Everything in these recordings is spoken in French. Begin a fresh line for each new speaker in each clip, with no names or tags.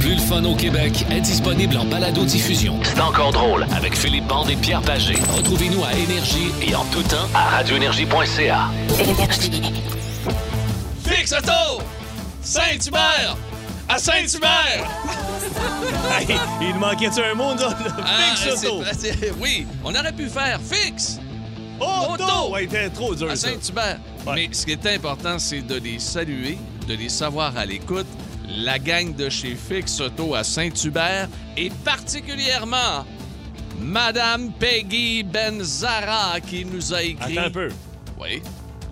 Plus le fun au Québec est disponible en balado-diffusion. C'est encore drôle avec Philippe Bande et Pierre Pagé. Retrouvez-nous à Énergie et en tout temps à radioénergie.ca.
Fix Auto! Saint-Hubert! À Saint-Hubert!
Hey, il nous manquait-tu un mot, là?
Ah,
Fixe auto.
c'est- c'est- Oui, on aurait pu faire fixe
Auto!
Auto. Ah,
Ouais, il était trop dur,
à
ça.
Saint-Hubert.
Ouais.
Mais ce qui est important, c'est de les saluer, de les savoir à l'écoute. La gang de chez Fix Auto à Saint-Hubert et particulièrement Madame Peggy Benzara qui nous a écrit.
Attends un peu.
Oui,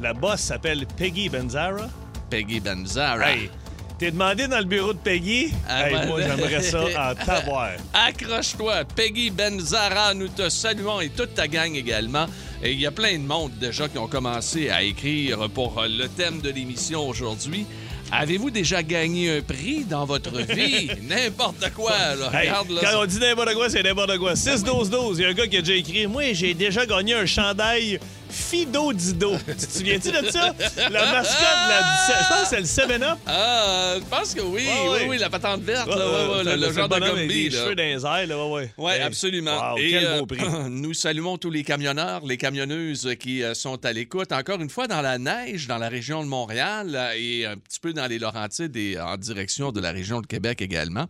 La boss s'appelle Peggy Benzara.
Peggy Benzara.
Hey, t'es demandé dans le bureau de Peggy?
Ah,
hey,
ben-
moi, j'aimerais ça en t'avoir.
Accroche-toi, Peggy Benzara, nous te saluons et toute ta gang également. Et il y a plein de monde déjà qui ont commencé à écrire pour euh, le thème de l'émission aujourd'hui. Avez-vous déjà gagné un prix dans votre vie? N'importe quoi, là.
Hey,
Regarde, là,
quand
ça- Ben
on dit n'importe quoi, c'est n'importe quoi. 6-12-12, il y a un gars qui a déjà écrit Moi, j'ai déjà gagné un chandail Fido Dido. tu te souviens-tu de ça? La mascotte de la 17. Je pense que c'est le 7-Up.
Ah, je pense que oui,
Ouais,
oui,
ouais.
oui, la patente verte, là,
Ouais,
ouais, ouais,
ouais,
le, le genre de
Euh, bonhomme avec
gumby,
des
là.
cheveux dans les airs, là, ouais, ouais.
Oui,
Hey.
absolument.
Wow,
Et,
quel
euh,
beau prix.
nous saluons tous les camionneurs, les camionneuses qui euh, sont à l'écoute. Encore une fois, dans la neige, dans la région de Montréal euh, et un petit peu dans les Laurentides et euh, en direction de la région de Québec également.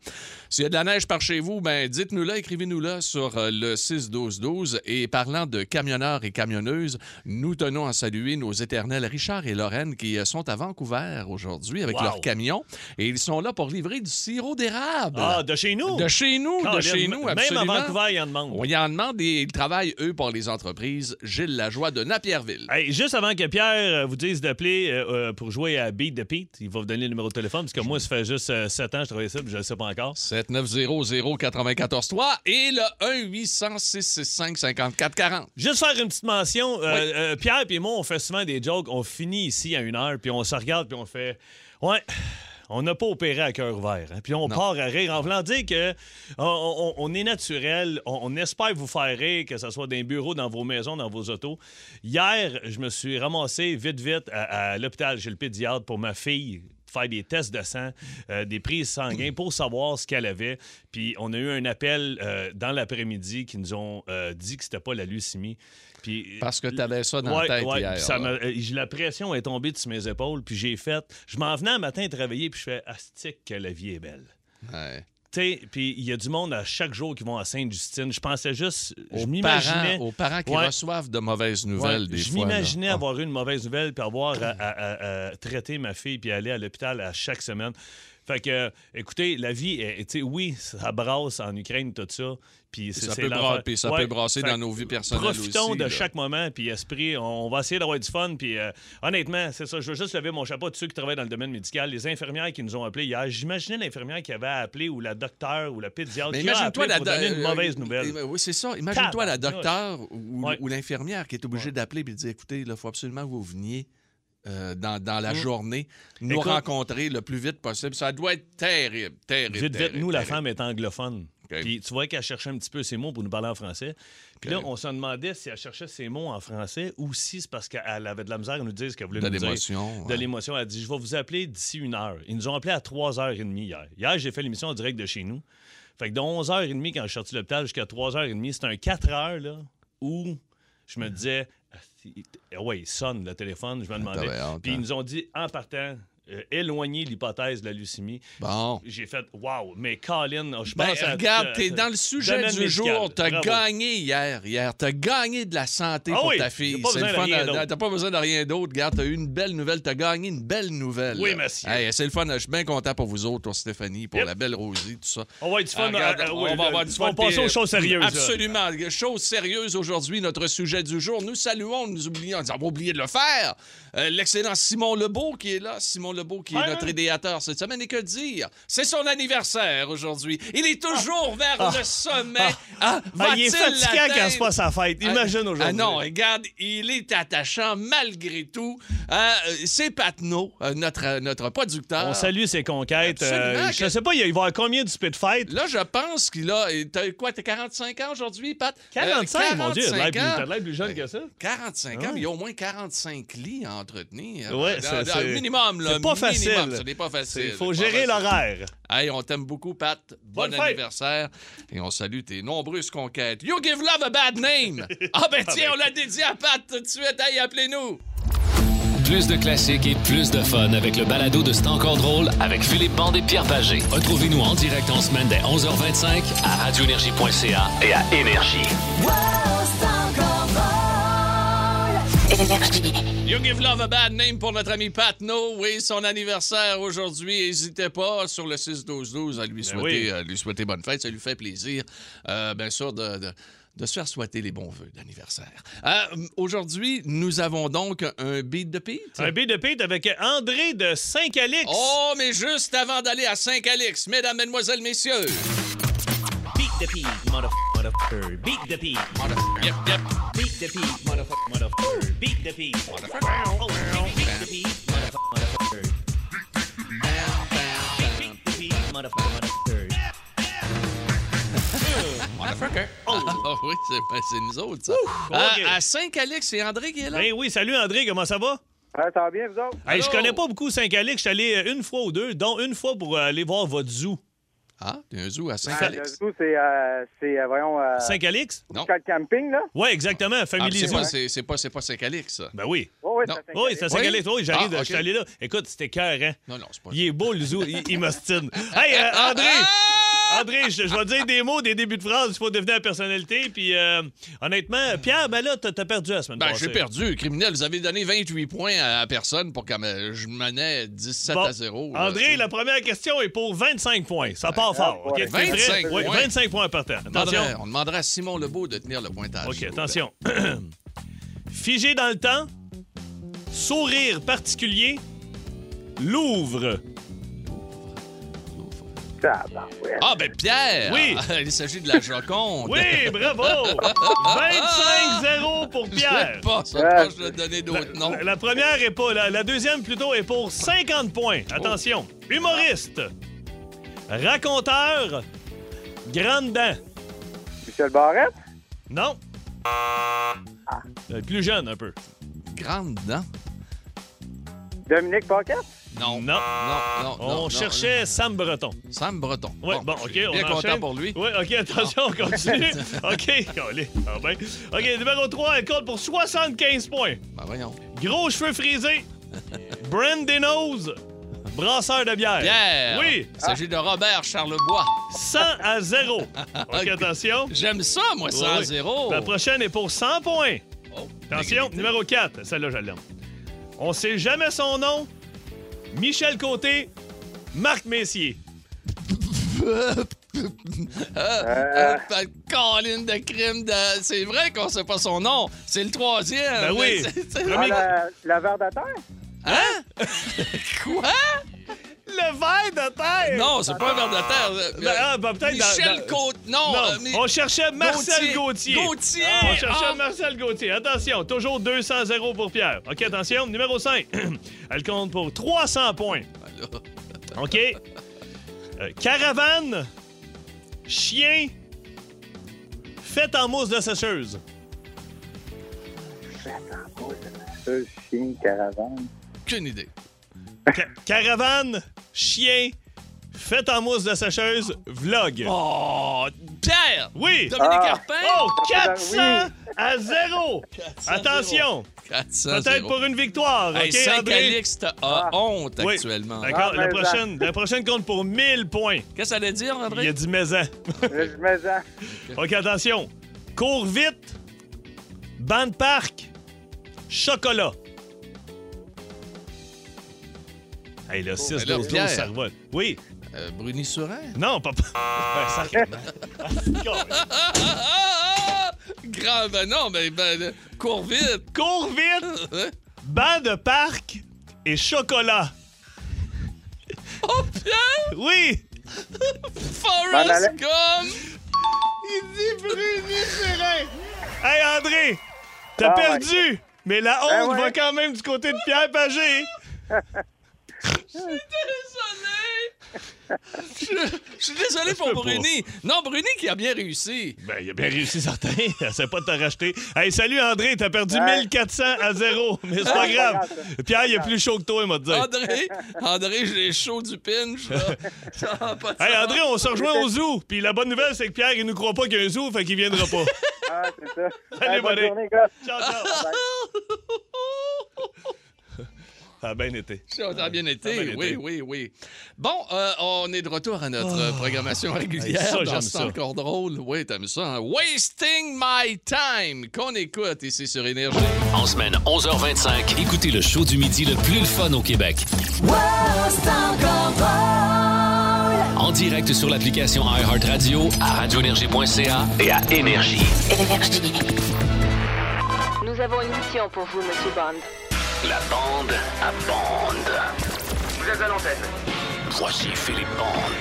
S'il y a de la neige par chez vous, ben dites-nous-la, écrivez-nous-la sur euh, le 6-12-12. Et parlant de camionneurs et camionneuses, nous tenons à saluer nos éternels Richard et Lorraine qui euh, sont à Vancouver aujourd'hui avec
Wow.
leur camion. Et ils sont là pour livrer du sirop d'érable.
Ah, de chez nous?
De chez nous, de
Colin,
chez nous,
Même
absolument.
à Vancouver, il en demande.
On y en demande et ils travaillent, eux, pour les entreprises. Gilles Lajoie de Napierville.
Hey, juste avant que Pierre euh, vous dise d'appeler euh, euh, pour jouer à Beat the Pete, il va vous donner le numéro de téléphone, parce que moi, ça fait juste 7 ans que je travaille ça, puis je ne sais pas encore.
7900-943 et le 1-800-665-5440.
Juste faire une petite mention. euh, euh, Pierre et moi, on fait souvent des jokes. On finit ici à une heure, puis on se regarde, puis on fait. Ouais. On n'a pas opéré à cœur ouvert. hein. Puis on part à rire en voulant dire que on, on- on est naturel, on, on espère vous faire rire, que ce soit dans les bureaux, dans vos maisons, dans vos autos. Hier, je me suis ramassé vite, vite à, à l'hôpital chez le pédiatre pour ma fille faire des tests de sang, euh, des prises sanguines pour savoir ce qu'elle avait. Puis on a eu un appel euh, dans l'après-midi qui nous ont euh, dit que c'était pas la leucémie. Puis
Parce que t'avais ça dans
Ouais,
la tête
ouais,
hier.
puis ça
là.
m'a- euh, j- la pression est tombée de sur mes épaules, puis j'ai fait. Je m'en venais un matin travailler, puis je fais astique que la vie est belle.
Ouais.
Tu sais, puis il y a du monde à chaque jour qui vont à Sainte-Justine. Je pensais juste, je
Aux,
m'imaginais.
parents, aux parents qui
Ouais.
reçoivent de mauvaises
Ouais,
nouvelles des
je
fois. là.
m'imaginais
Ah.
avoir eu une mauvaise nouvelle puis avoir à, à- à- à traiter ma fille puis aller à l'hôpital à chaque semaine. Fait que, euh, écoutez, la vie, est- tu sais, oui, ça brasse en Ukraine, tout ça. Puis c'est-
Ça
c'est
peut,
l'enfer.
bra- puis ça
Ouais,
peut brasser
fait
dans
que
nos vies personnelles
Profitons
aussi,
de
là.
chaque moment, puis esprit, on, on va essayer d'avoir du fun. Puis euh, honnêtement, c'est ça, je veux juste lever mon chapeau à tous ceux qui travaillent dans le domaine médical, les infirmières qui nous ont appelés hier. J'imaginais l'infirmière qui avait appelé ou la docteur ou la pédiatre
Mais
qui a
imagine-toi
appelé
la
ah, pour donner une
euh,
mauvaise nouvelle.
euh, Oui, c'est ça. Imagine-toi la
Tabarnouche.
docteur ou,
Ouais.
ou l'infirmière qui est obligée d'appeler et de dire écoutez, il faut absolument que vous veniez euh, dans, dans la journée nous
Mm. Écoute-
rencontrer le plus vite possible. Ça doit être terrible, terrible.
Vite, vite,
terrible,
nous, la
terrible.
femme est anglophone.
OK.
Puis tu vois qu'elle cherchait un petit peu ses mots pour nous parler en français. Puis
OK.
là, on se demandait si elle cherchait ses mots en français ou si c'est parce qu'elle avait de la misère à nous dire ce qu'elle voulait
De
nous dire.
l'émotion,
De
ouais.
l'émotion. Elle a dit Je vais vous appeler d'ici une heure. Ils nous ont appelé à 3h30 hier. Hier, j'ai fait l'émission en direct de chez nous. Fait que de 11h30, quand je suis sorti de l'hôpital, jusqu'à 3h30, c'était un 4 heures là, où je me disais Ah, Oui, il sonne le téléphone. Je me demandais.
t'avais hâte,
Puis
hein.
ils nous ont dit en partant, euh, éloignez l'hypothèse de la leucémie.
Bon.
J'ai fait Wow, mais Colin, je pense
Ben,
à-
regarde,
à-
t'es dans le sujet
domaine
du
médical.
jour. T'as
Bravo.
gagné hier. Hier, t'as gagné de la santé
Ah
pour
oui,
ta fille.
j'ai pas
C'est
besoin
le
de
fun.
rien
à-
d'autre.
T'as pas besoin de rien d'autre. Regarde, t'as eu une belle nouvelle. T'as gagné une belle nouvelle.
Oui,
là.
monsieur.
Hey, c'est le fun. Je suis bien content pour vous autres, pour Stéphanie, pour
Yep.
la belle Rosie, tout ça.
On va être du fun,
Ah, regarde,
euh, euh,
on
oui,
va
euh,
avoir du
on
fun.
va passer
puis, euh,
aux choses sérieuses, là.
Absolument. Chose sérieuse aujourd'hui, notre sujet du jour. Nous saluons, nous oublions, nous avons oublié de le faire. Euh, L'excellent Simon Lebeau qui est là. Simon Lebeau qui est
Ouais.
notre idéateur cette semaine. Et que dire? C'est son anniversaire aujourd'hui. Il est toujours vers le sommet. Ah,
Ah, il est
va-t-il
fatiguant quand
l'atteindre?
se passe sa fête. Imagine
Ah,
aujourd'hui.
Ah non, regarde, il est attachant malgré tout. Euh, c'est Patneau, euh, notre, notre producteur.
On salue ses conquêtes.
Absolument
euh,
que- Euh,
je sais pas, il va y avoir combien du spit de fête?
Là, je pense qu'il a. T'as quoi, t'as 45 ans aujourd'hui, Pat?
45, mon Dieu, t'as l'air
45
plus-
ans.
t'as l'air plus jeune que ça.
45 ans,
Ah Ouais.
mais il y a au moins 45 lits à entretenir.
Ouais,
Dans-
c'est-
dans-
c'est-
minimum, là.
c'est pas facile.
minimum. Ce n'est pas facile.
Il faut
Pas
gérer
facile.
l'horaire.
Hey, on t'aime beaucoup, Pat. Bon
Bonne fête.
anniversaire. Et on salue tes nombreuses conquêtes. You give love a bad name. ah ben tiens, on l'a dédié à Pat tout de suite. Hey, appelez-nous.
Plus de classiques et plus de fun avec le balado de C'est encore drôle avec Philippe Bande et Pierre Pagé. Retrouvez-nous en direct en semaine dès 11h25 à radioénergie.ca et à Énergie.
You give love a bad name pour notre ami Pat No. Oui, son anniversaire aujourd'hui. N'hésitez pas sur le 6-12-12 à lui souhaiter,
oui.
euh, lui souhaiter bonne fête. Ça lui fait plaisir, euh, bien sûr, de, de- de se faire souhaiter les bons vœux d'anniversaire. Euh, aujourd'hui, nous avons donc un beat de Pete.
Un B de Pete avec André de Saint-Calix.
Oh, mais juste avant d'aller à Saint-Calix, mesdames, mesdemoiselles, messieurs.
Beat the pig, motherfucker, motherfucker. Beat the pig,
Yep, yep.
beat the pig, motherfucker, motherfucker. Beat the pig, motherfucker. Oh, beat- beat the pig, motherfucker, motherfucker. Beat the pig, motherfucker, motherfucker. Oh.
Ah oui, c'est ben, c'est nous autres, ça. Ah,
ok.
À, à Saint-Calix, c'est André qui est là.
Ben oui, salut André, comment ça va?
Ah, ça va bien, vous autres?
Hey, je
Allô?
connais pas beaucoup Saint-Calix. Je suis allé euh, une fois ou deux, dont une fois pour euh, aller voir votre zoo.
Ah, t'es un zoo à
Ah, le
Saint-Calix.
zoo, c'est, euh, c'est, euh, voyons, euh,
Saint-Calix?
Non.
Charles Camping, là?
Ouais, exactement,
Ah, mais
Family
c'est
zoo.
pas, c'est- c'est pas, c'est pas Saint-Calix, ça.
Ben oui.
Oh, oui,
Non.
c'est à
Oui, c'est à Saint-Calix.
Oui?
Oui, j'arrive.
Ah,
Je suis
ok.
allé là. Écoute, c'était cœur, hein?
Non, non, c'est pas
Il est beau, le zoo. Il, il m'ostine. Hey, euh, André!
Ah!
André, je, je vais dire des mots, des débuts de phrases. Il faut devenir la personnalité. Puis, euh, honnêtement, Pierre, ben là, t'as t'as perdu la semaine
Ben,
passée.
j'ai perdu. Criminel, vous avez donné 28 points à à personne pour que me- je menais 17
Bon.
à euh. 0. là, tu
André,
sais.
la première question est pour 25 points. Ça
Ah,
part fort. OK? T'es prêt?
25
Oui,
points.
25 points partant.
On demanderait-
Attention.
on demanderait à Simon Lebeau de tenir le pointage.
OK,
s'il vous
attention. Figé dans le temps, sourire particulier, Louvre.
plaît. Ah, ben, Pierre!
Oui.
Il s'agit de la Joconde.
Oui, bravo! 25-0 pour
Je sais
Pierre.
pas, ça je pense que je vais donner d'autres noms.
La, la première est pas. La, la deuxième, plutôt, est pour 50 points.
Oh.
Attention. Humoriste, raconteur, grande dent.
Michel Barrette?
Non.
Ah.
Euh, Plus jeune, un peu.
Grande dent?
Dominique Paquette?
Non. Non,
Non.
non,
On
non, non.
cherchait Sam Breton.
Sam Breton.
Ouais, bon,
je
OK,
suis
on
Bien content
enchaîne. Oh.
pour lui.
Oui, OK, attention, on continue. OK, allez. Ah ben. OK, numéro 3, elle compte pour 75 points.
Ben, voyons.
Gros cheveux frisés. Brandinos. Brasseur de bière.
Pierre!
Oui,
Il s'agit de Robert Charlebois.
100 à 0. OK, attention.
J'aime ça, moi,
Oui,
ça, à
oui. Ben,
zéro.
La prochaine est pour 100 points.
Oh,
Attention,
égalité.
numéro 4. Celle-là, je l'aime. On sait jamais son nom. Michel Côté. Marc Messier.
Euh, euh, Colline de crime de... C'est vrai qu'on sait pas son nom. C'est le troisième.
Ben oui.
C'est- c'est-
Ah,
Premier-
la, la verdataire?
Hein? Quoi?
Le verre de terre.
Non, c'est pas un verre de terre. euh,
Ben, ah, ben, peut-être dans-
Michel
dans-
Côte... Non.
Non,
euh, mais-
on cherchait Marcel Gauthier.
Gauthier!
Ah, on cherchait
Ah!
Marcel Gauthier. Attention, toujours 200 0 pour Pierre. OK, attention, numéro 5. Elle compte pour 300 points.
Voilà.
OK. Euh, caravane, chien, fête en mousse de sécheuse.
Euh, Chien, caravane.
Aucune idée.
Ca- caravane, chien, fête en mousse de sécheuse, vlog.
Oh, Pierre!
Oui.
Dominique
Ah.
Carpin!
Oh,
Ah,
400 à 0. Attention,
400
peut-être pour une victoire.
Hey,
OK, André?
Saint-Calix t'as a honte
Oui.
actuellement.
D'accord,
Ah,
la,
mais
prochaine, la prochaine compte pour 1000 points.
Qu'est-ce que ça veut dire,
Il y a
André?
du maisan.
Là, je mets ça.
OK, attention. Cours vite, banc de parc, chocolat. Hey, le 6
mais Oh, ben là,
12
Pierre.
12 ça revole. Oui.
Euh, Bruni Surin?
Non, papa. Ouais, sacrément. Ah,
Ah, ah, ah! Grand, ben non, mais ben, euh, cours vite.
Cours vite,
Hein?
banc de parc et chocolat.
Oh, Pierre!
Oui.
Ben,
Forrest
allez.
Gump!
Hey, André, t'as
Ah, ouais. Ben
perdu, mais la honte
ouais.
va quand même du côté de Pierre Pagé.
Désolé! Je, je suis désolé pour
peux pas.
Bruni. Non, Bruni qui a bien réussi.
Ben, il a bien réussi, certain. C'est pas de te racheter. Hey, salut André, t'as perdu 1400 à zéro, mais c'est pas grave. Ah, Pierre, il est plus chaud que toi, il m'a dit.
André, André, j'ai chaud du pinch. là. Ça a pas de
Hey
sens.
André, on se rejoint au zoo. Puis la bonne nouvelle, c'est que Pierre, il nous croit pas qu'il y a un zoo, fait qu'il viendra pas.
Ah, c'est ça.
Allez,
Hey, bonne
buddy.
journée, gars.
ciao, ciao. Ça a bien été.
Ça a bien
oh! Ça a
été,
bien
oui,
été.
oui, oui. Bon, euh, on est de retour à notre euh, programmation régulière.
Ah. Hey, ça,
dans
j'aime
C'est
ça.
encore drôle. Oui, t'aimes ça. hein? Wasting My Time, qu'on écoute ici sur Énergie.
En semaine 11h25, écoutez le show du midi le plus le fun au Québec. En direct sur l'application iHeartRadio, à radioénergie.ca et à Énergie.
Nous avons une mission pour vous, Monsieur Bond.
La bande à bande. Vous êtes à l'antenne. Voici Philippe Bande.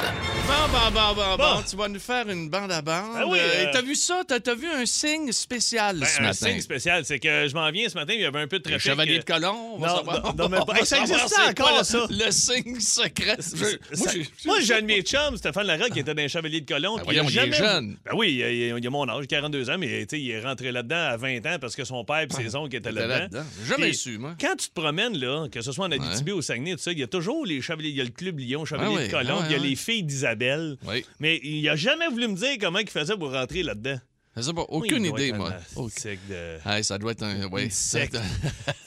Bon, bon, bon, bon,
Bon.
bon, Tu vas nous faire une bande à bande.
Ah oui,
Euh,
euh,
T'as vu ça? T'as t'as vu un signe spécial
Ben,
ce
un
matin?
signe spécial, c'est que je m'en viens ce matin, il y avait un peu de
Le
trafic.
chevalier de
euh,
colon, on va
non,
savoir.
non, non, mais pas-
On va
Hey, ça
savoir
existe
c'est
encore,
quoi le-
ça?
Le signe secret. Je- moi,
ça-
j'ai-
Moi, j'ai un de mes chums, Stéphane Larocque, qui était dans les Chevaliers de Colombe.
Ben
puis a
voyons, il est
jamais-
jeune.
Ben oui, il a, il a- il a mon âge, 42 ans, mais tu sais, il est rentré là-dedans à 20 ans parce que son père et ses oncles étaient
J'étais
là-dedans.
Ah, là-dedans. J'ai Jamais
Puis,
su, moi.
Quand tu te promènes, là, que ce soit en Abitibi ou au Saguenay, tout ça, il y a toujours les Chevaliers. Il y a le Club Lyon, Chevalier
Ah oui,
de Colombe,
ah oui,
il y a
ah oui.
les filles d'Isabelle.
Oui.
Mais il a jamais voulu me dire comment il faisait pour rentrer là-dedans.
Je sais pas,
Moi,
aucune
il doit
idée,
être
moi.
un
Aucune.
sec de-
Ah, ça doit être un. Ouais.
Une secte.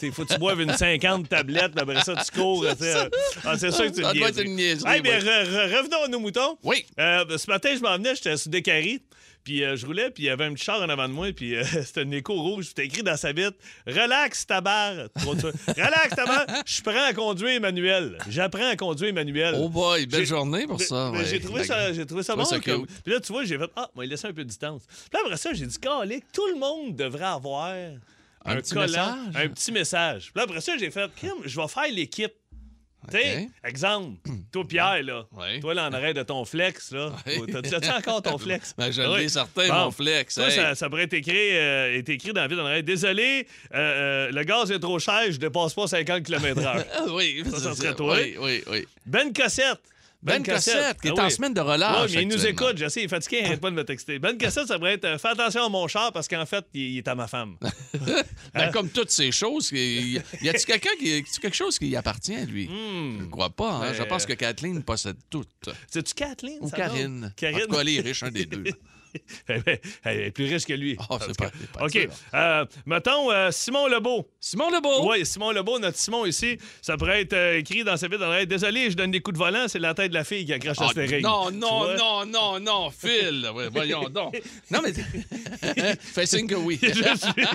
Il faut que tu boives une 50 tablettes, puis après ça, tu cours. tu sais. Ah, c'est sûr que tu
Ça doit être une niaiserie,
Hey, mais
ouais.
re- re- revenons à nos moutons.
Oui.
Euh, ben, ce matin, je m'en venais, j'étais sous Décarie, puis euh, je roulais, puis il y avait un petit char en avant de moi, puis euh, c'était une écho rouge, puis c'était écrit dans sa bite Relax ta barre. Trois de suite. Relax ta barre. Je prends à conduire manuel. J'apprends à conduire manuel.
Oh boy, belle
Euh, J'ai-
journée pour
Mais-
ça.
mais
ouais.
J'ai trouvé ça, j'ai trouvé ça
Trouvé
bon.
ça
comme-
cute.
Puis là, tu vois, j'ai fait Ah, moi, il laissait un peu de distance. Puis là, après ça, j'ai dit Calique, tout le monde devrait avoir un,
petit
collant,
message?
un petit message. Puis là, après ça, j'ai fait Crime, je vais faire l'équipe. Tu sais, exemple, toi, Pierre, là,
Ouais.
toi, là, en arrière de ton flex, là,
Ouais.
t'as- t'as-tu encore ton flex?
Ben, je
Ah
l'ai
oui.
certain,
Bon.
mon flex.
Ça,
hey.
ça, ça pourrait être écrit, euh, être écrit dans la vie en arrière. Désolé, euh, euh, le gaz est trop cher, je dépasse pas 50 km/h.
Ah oui,
ça
c'est-
serait toi.
Oui, oui, oui.
Ben Cossette.
Ben Cossette, qui est
Ah
en
oui.
semaine de
Ouais,
relâche.
mais il nous
actuellement.
écoute, je sais, il est fatigué, il arrête pas de me texter. Ben Cassette, ça pourrait être euh, Fais attention à mon char parce qu'en fait, il, il est à ma femme. Ah.
Ben, comme toutes ces choses, il- y a-tu quelqu'un qui, y a-tu quelque chose qui y appartient, lui?
Hmm.
Je ne crois pas. hein. Je
Mais-
pense que Kathleen possède tout.
C'est-tu Kathleen
Ou
ça donne?
Karine. En
Karine.
tout cas, elle est riche, un des deux.
Elle est- Eh ben, elle est plus riche que lui.
Ah, c'est
En tout
pas-
cas.
c'est pas
OK.
dur.
euh, mettons euh, Simon Lebeau.
Simon Lebeau.
Oui, Simon Lebeau, notre Simon ici. Ça pourrait être euh, écrit dans sa vie dans l'oreille. Désolé, je donne des coups de volant, c'est la tête de la fille qui a craché
Ah,
la stéréo.
non,
Tu
non,
vois?
non, non, non, Phil. Ouais, voyons donc. Non, mais. Fais signe que oui.
Il y a juste lui,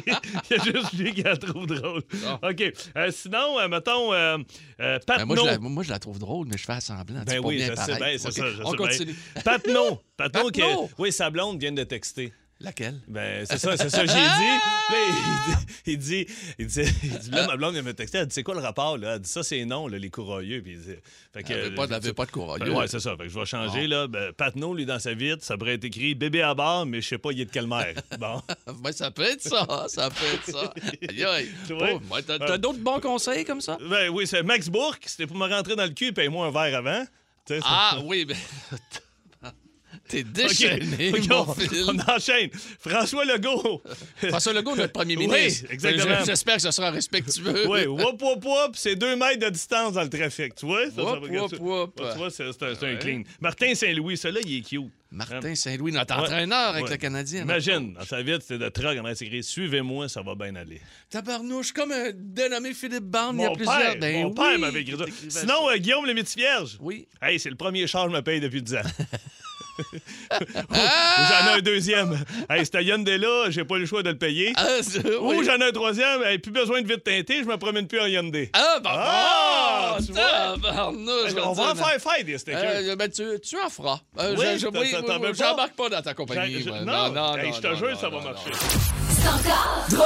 il y a juste lui qui la trouve drôle.
Bon.
OK. Euh, sinon, euh, mettons, euh, euh,
Ah. Ben, moi, je
Patnaud.
la, moi, je la trouve drôle, mais je fais à semblant. C'est
Ben
pas
oui,
bien
je sais
pareil.
bien, c'est
OK,
ça. Je
on
sais
continue.
Bien. Patnaud. Patnaud, qui-
Patnaud.
oui, sa blonde vient de texter.
Laquelle?
Ben, c'est ça, c'est ça, j'ai dit.
Ah!
Là, il, dit, il dit, il dit, il dit, là, ma blonde vient me texter. Elle dit, c'est quoi le rapport, là? Elle dit, ça, c'est non, là, les courroyeux. Puis, il dit- fait que,
Elle avait pas, elle
je-
avait pas de courage.
Ouais, c'est ça. Fait que je vais changer, là. Ben, Patnaud, lui, dans sa vitre, ça pourrait être écrit bébé à bord, mais je sais pas, il est de calmer. Bon.
Ben, ça peut être ça, ça peut être ça. Aïe, aïe.
Tu vois? Euh.
Pauvre, ouais, T'as t'as d'autres bons conseils comme ça?
Ben oui, c'est Max Bourque. C'était pour me rentrer dans le cul, paye-moi un verre avant. Tu sais, ça-
Ah oui, ben... T'es déchaîné,
OK,
mon
on-
Phil.
on enchaîne. François Legault.
François Legault, notre premier
Oui,
ministre.
exactement.
J- J'espère que ce sera respectueux.
Oui, wop, wop, wop, c'est deux mètres de distance dans le trafic. Tu vois? Ça,
Wop,
ça, regarde
wop,
ça.
wop.
Ouais, Tu vois, c'est c'est un, c'est un clean. Martin Saint-Louis, celui-là, il est cute.
Martin Saint-Louis, notre
Ouais.
entraîneur avec
Ouais.
le Canadien.
Imagine, dans sa vie, c'était de truck, on a écrit Suivez-moi, ça va bien aller.
Tabarnouche, comme un dénommé Philippe Barne, il y a
Mon
plusieurs...
père,
Ben
mon
oui,
père m'avait écrit
qui
ça.
t'écrivait
Sinon, euh, Guillaume le métier vierge.
Oui.
Hey, c'est le premier char que je me paye depuis 10 ans. J'en ai un deuxième. Hey, c'était Hyundai-là, j'ai pas le choix de le payer.
Ah, c'est- oui.
Ou j'en ai un troisième, hey, plus besoin de vite teinter, je me promène plus en Hyundai.
Ah, bah,
Ah,
ah,
tu vois? Eh,
tabarnouche,
On va en
dire, mais-
faire faire des stickers.
Euh, ben, tu, tu en feras. Euh,
Oui,
je- je-
t'en-
oui,
t'en-
oui,
t'en
oui,
veux pas?
J'embarque pas dans ta compagnie.
Je- je-
moi.
non, Hey, je te
non,
jure,
non,
ça va
non,
marcher.
non.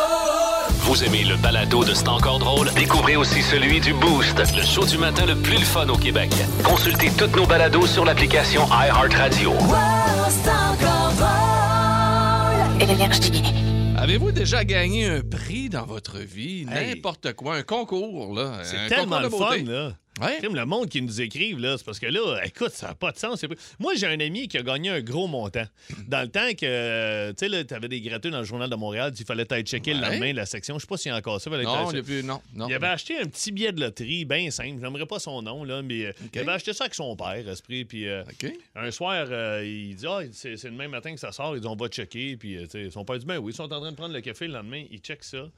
Vous aimez le balado de C'est encore drôle? Découvrez aussi celui du Boost, le show du matin le plus le fun au Québec. Consultez toutes nos balados sur l'application iHeartRadio.
Avez-vous déjà gagné un prix dans votre vie? N'importe quoi, un concours, là. un
C'est
concours
tellement
de
le fun,
beauté.
là.
Ouais.
Crime, Le monde qui nous écrive, là, c'est parce que là, écoute, ça n'a pas de sens. C'est pas- Moi, j'ai un ami qui a gagné un gros montant. Dans le temps que, euh, tu sais, là, t'avais des gratteux dans le Journal de Montréal, il fallait aller checker le
Ouais.
lendemain de la section. Je sais pas s'il y a encore ça. fallait
Non,
t'aller-
il y a plus. Non, non.
il avait acheté un petit billet de loterie, bien simple. J'aimerais pas son nom, là, mais euh, il avait acheté ça avec son père, esprit. Puis euh,
OK.
un soir, euh, il dit Ah, c'est c'est demain matin que ça sort. Ils dit On va checker. Puis euh, tu sais, son père dit Ben oui, ils sont en train de prendre le café le lendemain. Il check ça.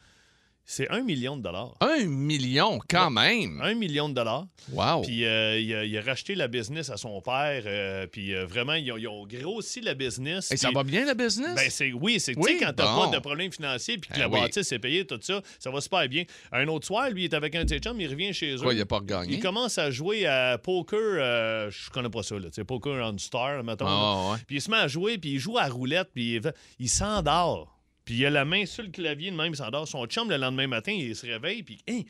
C'est un million de dollars.
Un million, quand même.
Un million de dollars.
Wow.
Puis euh, il, a, il a racheté la business à son père. euh, puis euh, vraiment, ils ont, ils ont grossi la business.
Et ça
puis-
va bien, la business?
ben c'est oui, c'est tu sais
Oui,
quand t'as
bon.
pas de problème financier puis que
Ben
la
oui.
bâtisse est payée tout ça, ça va super bien. Un autre soir, lui il est avec un de ses chums, il revient chez eux.
Quoi, il a pas regagné?
Il commence à jouer à poker, euh, je connais pas ça là, tu sais poker on star mettons.
Ah,
là.
ouais.
Puis il se met à jouer puis il joue à roulette puis il, va- il s'endort. Puis il a la main sur le clavier, de même il s'endort. Son chum le lendemain matin, il se réveille puis Hein,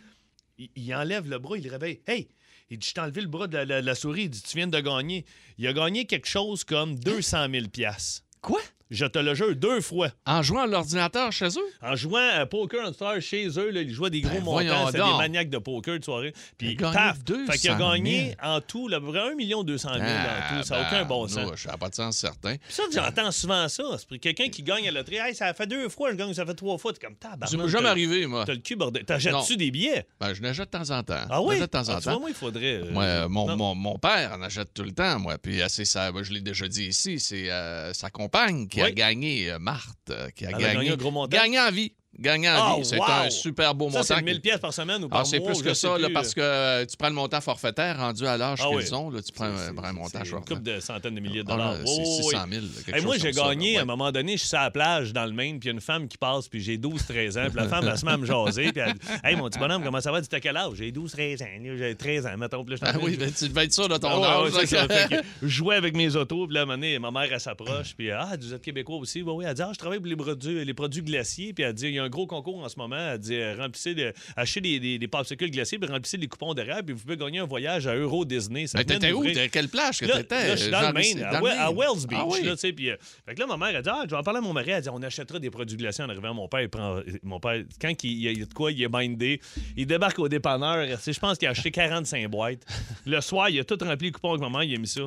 il, il enlève le bras, il le réveille. Hey, il dit, je t'ai enlevé le bras de la, la- la souris. Il dit, tu viens de gagner. Il a gagné quelque chose comme 200 000 piastres.
Hein? Quoi?
Je te le jure deux fois.
En jouant à l'ordinateur chez eux?
En jouant à Poker on Star chez eux, là, ils jouaient des gros
Ben, voyons
montants. C'était des
donc.
maniaques de poker de soirée. Puis
Il a gagné
paf!
200
Fait qu'il a
000.
gagné en tout, là, à peu près 1 200 000 en Ah, tout. Ça n'a aucun bon sens.
Ça n'a pas de sens certain.
Puis ça, j'entends souvent ça. C'est pour quelqu'un qui gagne à la loterie. Hey, ça fait deux fois, je gagne, ça fait trois fois. T'es comme tabarnak.
Ça m'est jamais
t'as-
arrivé, moi.
T'as le cul bordé. T'achètes-tu
Non.
des billets?
Ben, je n'achète de temps en temps.
Ah oui?
Je n'achète de temps en
Ah, tu vois,
temps.
moi, il faudrait. euh,
Moi, euh, mon,
non.
mon, mon père en achète tout le temps, moi. Puis, euh, c'est ça, je l'ai déjà dit ici, c'est euh, sa compagne qui a
Oui.
gagné, euh, Marthe, euh, qui a
Elle a
gagné.
gagné un gros montant?
Gagné en vie. Gagné en
Ah,
vie. C'est
wow!
un super beau
Ça,
montant.
c'est
qui-
1000 pièces par semaine ou par
Ah,
mois.
c'est plus
je
que
sais
ça, là,
plus.
parce que euh, tu prends le montant forfaitaire rendu à l'âge
Ah
qu'ils
oui.
ont. Là, tu prends un, prends un montant
C'est une
forfaitaire.
couple de centaines de milliers de
Ah, là,
dollars.
c'est
Oh, oui.
600 000, quelque
Hey, moi,
chose
j'ai
comme ça,
gagné,
là,
à un
ouais.
moment donné, je suis à la plage dans le Maine, puis il y a une femme qui passe, puis j'ai 12-13 ans, puis la femme, elle se met à me jaser, puis elle dit Hey, mon petit bonhomme, comment ça va Tu à quel âge J'ai 12-13 ans, là, j'ai 13 ans, mettons. Puis là, je suis en
Ah
train de-
oui, ben, tu devais être sûr de ton
Ah ouais,
âge.
ouais, c'est
là,
ça.
que-
Fait que je jouais avec mes autos, puis là, à un moment donné, ma mère, elle s'approche, puis Ah, vous êtes Québécois aussi Oui, oui. Elle dit Ah, je travaille pour les produits, les produits glaciers, puis elle dit Il y a un gros concours en ce moment. Elle dit euh, Remplissez, le- achetez des, des, des popsicles glaciers, puis remplissez les coupons derrière, puis vous pouvez gagner un voyage à Euro Disney. Ça
Ben,
venait
t'étais où?
d'ouvrir.
T'étais à quelle plage que
Là,
t'étais?
là, je suis dans le Maine, à,
dans le
Wel- à
Maine.
Wells Beach.
Ah oui.
là, tu sais, puis, euh, fait que là, ma mère a dit Ah, je vais en parler à mon mari. Elle a dit On achètera des produits glacés en arrivant. Mon père, il prend. Mon père, quand il, il y a il y a de quoi, il est mindé. Il débarque au dépanneur. Tu sais, Je pense qu'il a acheté 45 boîtes. Le soir, il a tout rempli le coupon avec maman. Il a mis ça.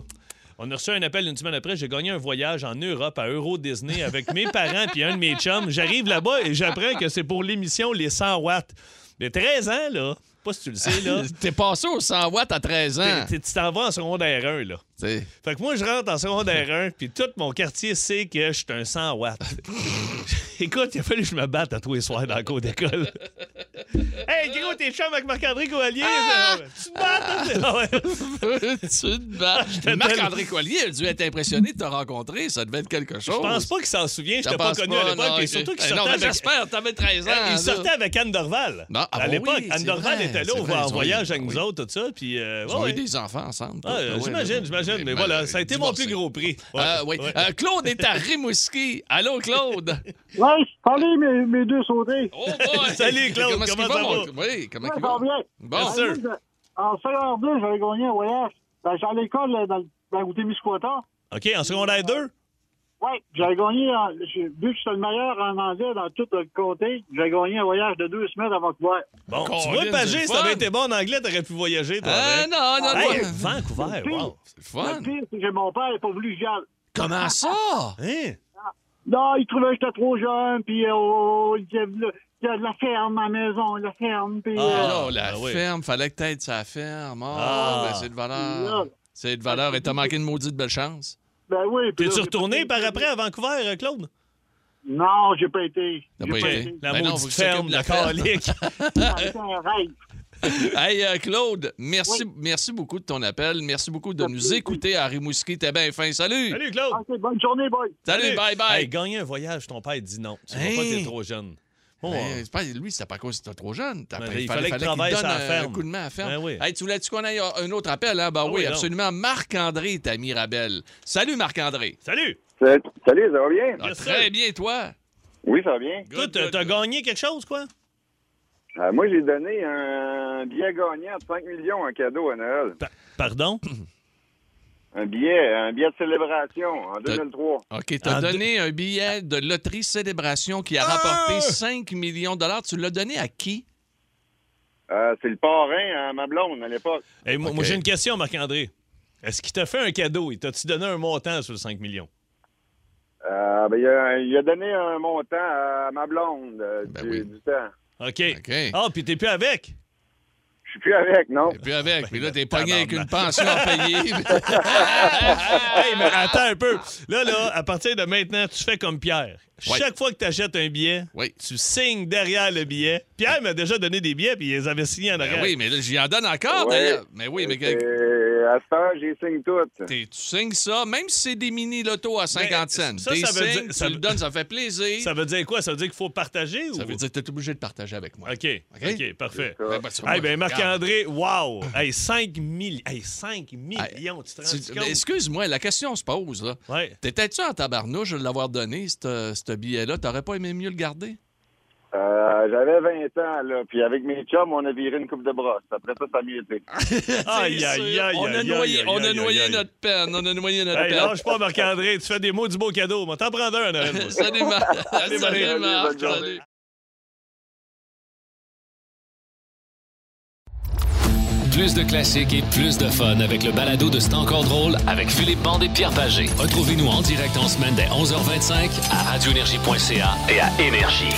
On a reçu un appel une semaine après. J'ai gagné un voyage en Europe à Euro Disney avec mes parents puis un de mes chums. J'arrive là-bas et j'apprends que c'est pour l'émission Les 100 watts. Mais 13 ans, là. Pas si tu le sais, là.
T'es passé au 100 watts à 13 ans.
t'es- t'es- Tu t'en vas en secondaire 1, là.
T'sais.
Fait que moi, je rentre en secondaire 1, puis tout mon quartier sait que je suis un 100 watts. Écoute, il a fallu que je me batte à tous les soirs dans la cour d'école. hey, gros, t'es chum avec Marc-André Coallier?
Ah!
Tu te battes? Ah ouais.
tu te bats. Marc-André Collier a dû être impressionné de te rencontrer. Ça devait être quelque chose.
Je pense pas qu'il s'en souvient,
Je
j'étais pas
pense
connu à
non,
l'époque,
ok.
et surtout qu'il
Eh non,
sortait
mais
avec... Eh,
j'espère, t'avais 13 ans. là.
Il sortait avec Anne Dorval.
Non, ah
à
bon,
l'époque,
oui,
Anne
c'est
Dorval
vrai,
était là,
c'est
on
vrai,
va en
ils ont eu-
voyage avec
oui.
nous autres, tout ça, puis... euh,
Ils ont
ouais,
eu des enfants ensemble.
Ah, euh,
Ouais,
j'imagine,
ouais,
j'imagine,
ouais.
mais
Ben,
voilà,
euh,
ça a été mon
divorcé.
plus gros prix. Ouais,
Euh, oui.
ouais.
Euh, Claude est à Rimouski. Allô, Claude?
Ouais, je parlais mes, mes deux sautés.
Oh boy!
Salut, Claude,
est-ce qu'il
comment ça
mon-
va?
Oui, comment
Ouais,
il
ça va bien.
Bon,
Yes, sir.
Moi, je- En secondaire 2, j'avais gagné un voyage. Ben, j'étais à l'école euh, dans le dans Misquota.
OK, en secondaire 2?
Ouais, j'avais gagné, en- j'ai- vu que j'étais le meilleur en anglais dans tout le comté, j'avais gagné un voyage de deux semaines avant que voir.
Bon, tu
Colin,
vois,
c'est
Pagé,
le
ça avait
fun.
été bon en anglais, t'aurais pu voyager, toi.
Ah,
avec.
non, non,
Hey,
non.
Vancouver, wow.
C'est
Le
fun.
pire, c'est que mon père n'est pas voulu que j'y aille.
Comment ça?
Hein?
Non, il trouvait que j'étais trop jeune, puis euh, oh, il y a de- il y a de la ferme à la maison, la ferme, puis...
Ah,
euh,
Oh, la
ah oui.
ferme, fallait que t'aides sa ferme. Oh,
Ah.
ben, c'est de valeur.
euh, Là.
C'est de valeur. Et t'as manqué une maudite belle chance.
ben oui, puis là,
T'es-tu
j'ai-
retourné par après à Vancouver, euh, Claude?
Non, j'ai pas été.
T'as
J'ai
pas été. Ah, hein?
La
Ben non, faut
maudite
que tu t'occupes
ferme,
de la
la
ferme.
calique.
C'était un rêve.
Hey, euh, Claude, merci, merci beaucoup de ton appel. Merci beaucoup de nous écouter à Rimouski. T'es bien fin. Salut!
Salut, Claude!
Ok, bonne journée, boys.
Salut, bye
Hey,
bye!
gagner un voyage, ton père dit non. Tu vois
Hein?
pas, t'es trop jeune. Oh, euh, Bon,
Ben, c'est pas- lui, c'était pas à cause que c'était trop jeune. T'as-
Ben,
il fallait,
il fallait
fallait
qu'il
qu'il
travaille
donne
sur la
un
ferme.
coup de main à la ferme.
Ben oui.
Hey, tu voulais-tu qu'on aille à un autre appel? Hein? Ben
Ah
oui,
oui, non.
absolument. Marc-André est ami Rabel. Salut, Marc-André.
Salut!
Salut, ça va bien?
Ah,
Yes,
très
sir.
bien, toi?
Oui, ça va bien.
Toi, t'as t'as gagné quelque chose, quoi?
Euh, moi, j'ai donné un billet gagnant de 5 millions en cadeau à Noël.
Pa- Pardon?
Un billet, un billet de célébration en 2003.
OK, t'as
En Ah, deux-
donné un billet de loterie célébration qui a
Ah!
rapporté 5 millions de dollars. Tu l'as donné à qui?
Euh, c'est le parrain à ma blonde à l'époque.
Hey, moi,
OK.
moi, j'ai une question, Marc-André. Est-ce qu'il t'a fait un cadeau? Il t'a-tu donné un montant sur le 5 millions?
Euh, ben, il, a, il a donné un montant à ma blonde euh,
Ben
du,
oui.
du temps.
OK.
OK.
Ah, puis t'es plus avec?
Je suis plus avec, non?
Et puis avec, puis là, t'es
Ben,
pogné avec une
tabarnak.
pension à payer.
hey, mais attends un peu. Là, là, à partir de maintenant, tu fais comme Pierre.
Ouais.
Chaque fois que tu achètes un billet,
Oui.
tu signes derrière le billet. Pierre m'a déjà donné des billets, puis il les avait signés en
Ben
arrière.
oui, mais là, j'y en donne encore,
Ouais.
d'ailleurs. Mais oui, mais
Euh,
que-
Et à cette heure, j'y signe tout.
t'es- tu signes ça, même si c'est des mini-lotos à 50 cents.
Ben, ça,
T'es
ça veut
signes,
dire-
tu
ça
le
veut-
donnes, ça fait plaisir.
Ça veut dire quoi? Ça veut dire qu'il faut partager?
Ça
ou...
veut dire que t'es obligé de partager avec moi.
OK, OK, parfait.
Ça.
Ben, ben, sur moi,
Hey, ben
regarde.
Marc-André, wow! Hey, 5, mille- hey, 5 millions, tu te rends
Tu-
compte?
mais Excuse-moi, la question se pose, là.
Ouais.
T'étais-tu en tabarnouche de l'avoir donné, ce ce billet-là? T'aurais pas aimé mieux le garder?
Euh, J'avais 20 ans, là, puis avec mes chums, on a viré une coupe de brosse. Après ça, ça a mieux été.
Aïe, aïe, aïe,
on
aïe,
a
aïe,
noyé,
aïe,
on a
aïe,
noyé
aïe.
notre peine. On a noyé notre
Hey,
peine.
lâche pas, Marc-André, tu fais des mots du beau cadeau. Moi, t'en prendrais un, Noël. moi.
Salut, Marc.
Salut,
Salut,
Marie.
Marc.
Bonne journée.
Salut.
Plus de classiques et plus de fun avec le balado de C'est encore drôle avec Philippe Bande et Pierre Pagé. Retrouvez-nous en direct en semaine dès 11h25 à radioénergie.ca et à Énergie.